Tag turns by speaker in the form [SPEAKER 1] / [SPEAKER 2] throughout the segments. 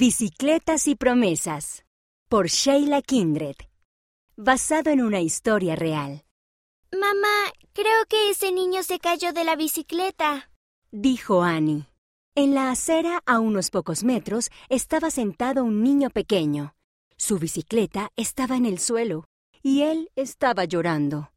[SPEAKER 1] Bicicletas y promesas por Sheila Kindred. Basado en una historia real,
[SPEAKER 2] Mamá, creo que ese niño se cayó de la bicicleta.
[SPEAKER 1] dijo Annie. En la acera, a unos pocos metros, estaba sentado un niño pequeño. Su bicicleta estaba en el suelo y él estaba llorando.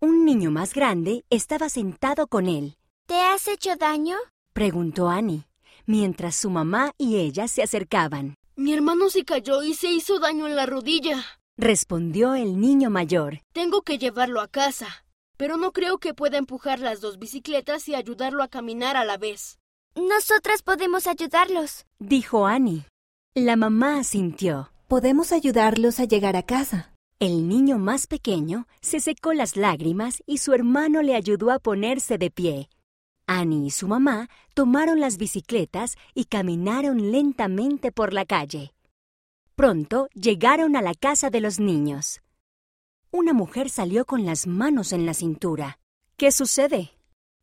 [SPEAKER 1] Un niño más grande estaba sentado con él,
[SPEAKER 2] ¿Te has hecho daño?
[SPEAKER 1] preguntó Annie, mientras su mamá y ella se acercaban.
[SPEAKER 3] Mi hermano se cayó y se hizo daño en la rodilla.
[SPEAKER 1] Respondió el niño mayor.
[SPEAKER 3] Tengo que llevarlo a casa. Pero no creo que pueda empujar las dos bicicletas y ayudarlo a caminar a la vez.
[SPEAKER 2] Nosotras podemos ayudarlos.
[SPEAKER 1] dijo Annie. La mamá asintió.
[SPEAKER 4] Podemos ayudarlos a llegar a casa.
[SPEAKER 1] El niño más pequeño se secó las lágrimas y su hermano le ayudó a ponerse de pie. Annie y su mamá tomaron las bicicletas y caminaron lentamente por la calle. Pronto llegaron a la casa de los niños. Una mujer salió con las manos en la cintura. ¿Qué sucede?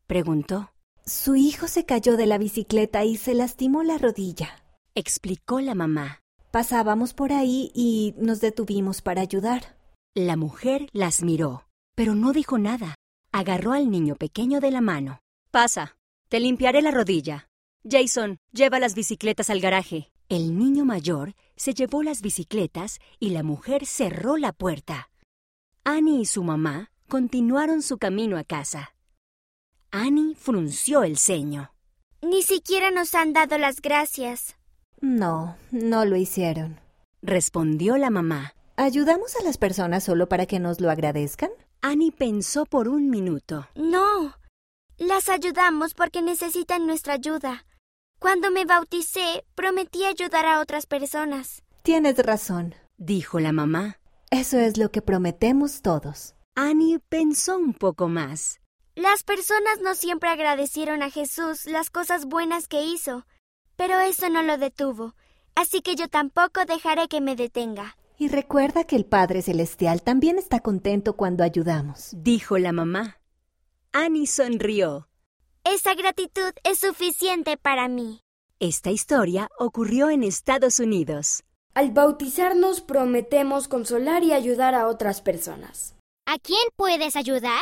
[SPEAKER 1] preguntó.
[SPEAKER 4] Su hijo se cayó de la bicicleta y se lastimó la rodilla.
[SPEAKER 1] Explicó la mamá.
[SPEAKER 4] Pasábamos por ahí y nos detuvimos para ayudar.
[SPEAKER 1] La mujer las miró, pero no dijo nada. Agarró al niño pequeño de la mano. Pasa, te limpiaré la rodilla. Jason, lleva las bicicletas al garaje. El niño mayor se llevó las bicicletas y la mujer cerró la puerta. Annie y su mamá continuaron su camino a casa. Annie frunció el ceño.
[SPEAKER 2] Ni siquiera nos han dado las gracias.
[SPEAKER 4] No, no lo hicieron.
[SPEAKER 1] Respondió la mamá.
[SPEAKER 4] ¿Ayudamos a las personas solo para que nos lo agradezcan?
[SPEAKER 1] Annie pensó por un minuto.
[SPEAKER 2] No. Las ayudamos porque necesitan nuestra ayuda. Cuando me bauticé, prometí ayudar a otras personas.
[SPEAKER 4] Tienes razón.
[SPEAKER 1] Dijo la mamá.
[SPEAKER 4] Eso es lo que prometemos todos.
[SPEAKER 1] Annie pensó un poco más.
[SPEAKER 2] Las personas no siempre agradecieron a Jesús las cosas buenas que hizo, pero eso no lo detuvo, así que yo tampoco dejaré que me detenga.
[SPEAKER 4] Y recuerda que el Padre Celestial también está contento cuando ayudamos.
[SPEAKER 1] dijo la mamá. Annie sonrió.
[SPEAKER 2] Esa gratitud es suficiente para mí.
[SPEAKER 1] Esta historia ocurrió en Estados Unidos.
[SPEAKER 5] Al bautizarnos prometemos consolar y ayudar a otras personas.
[SPEAKER 6] ¿A quién puedes ayudar?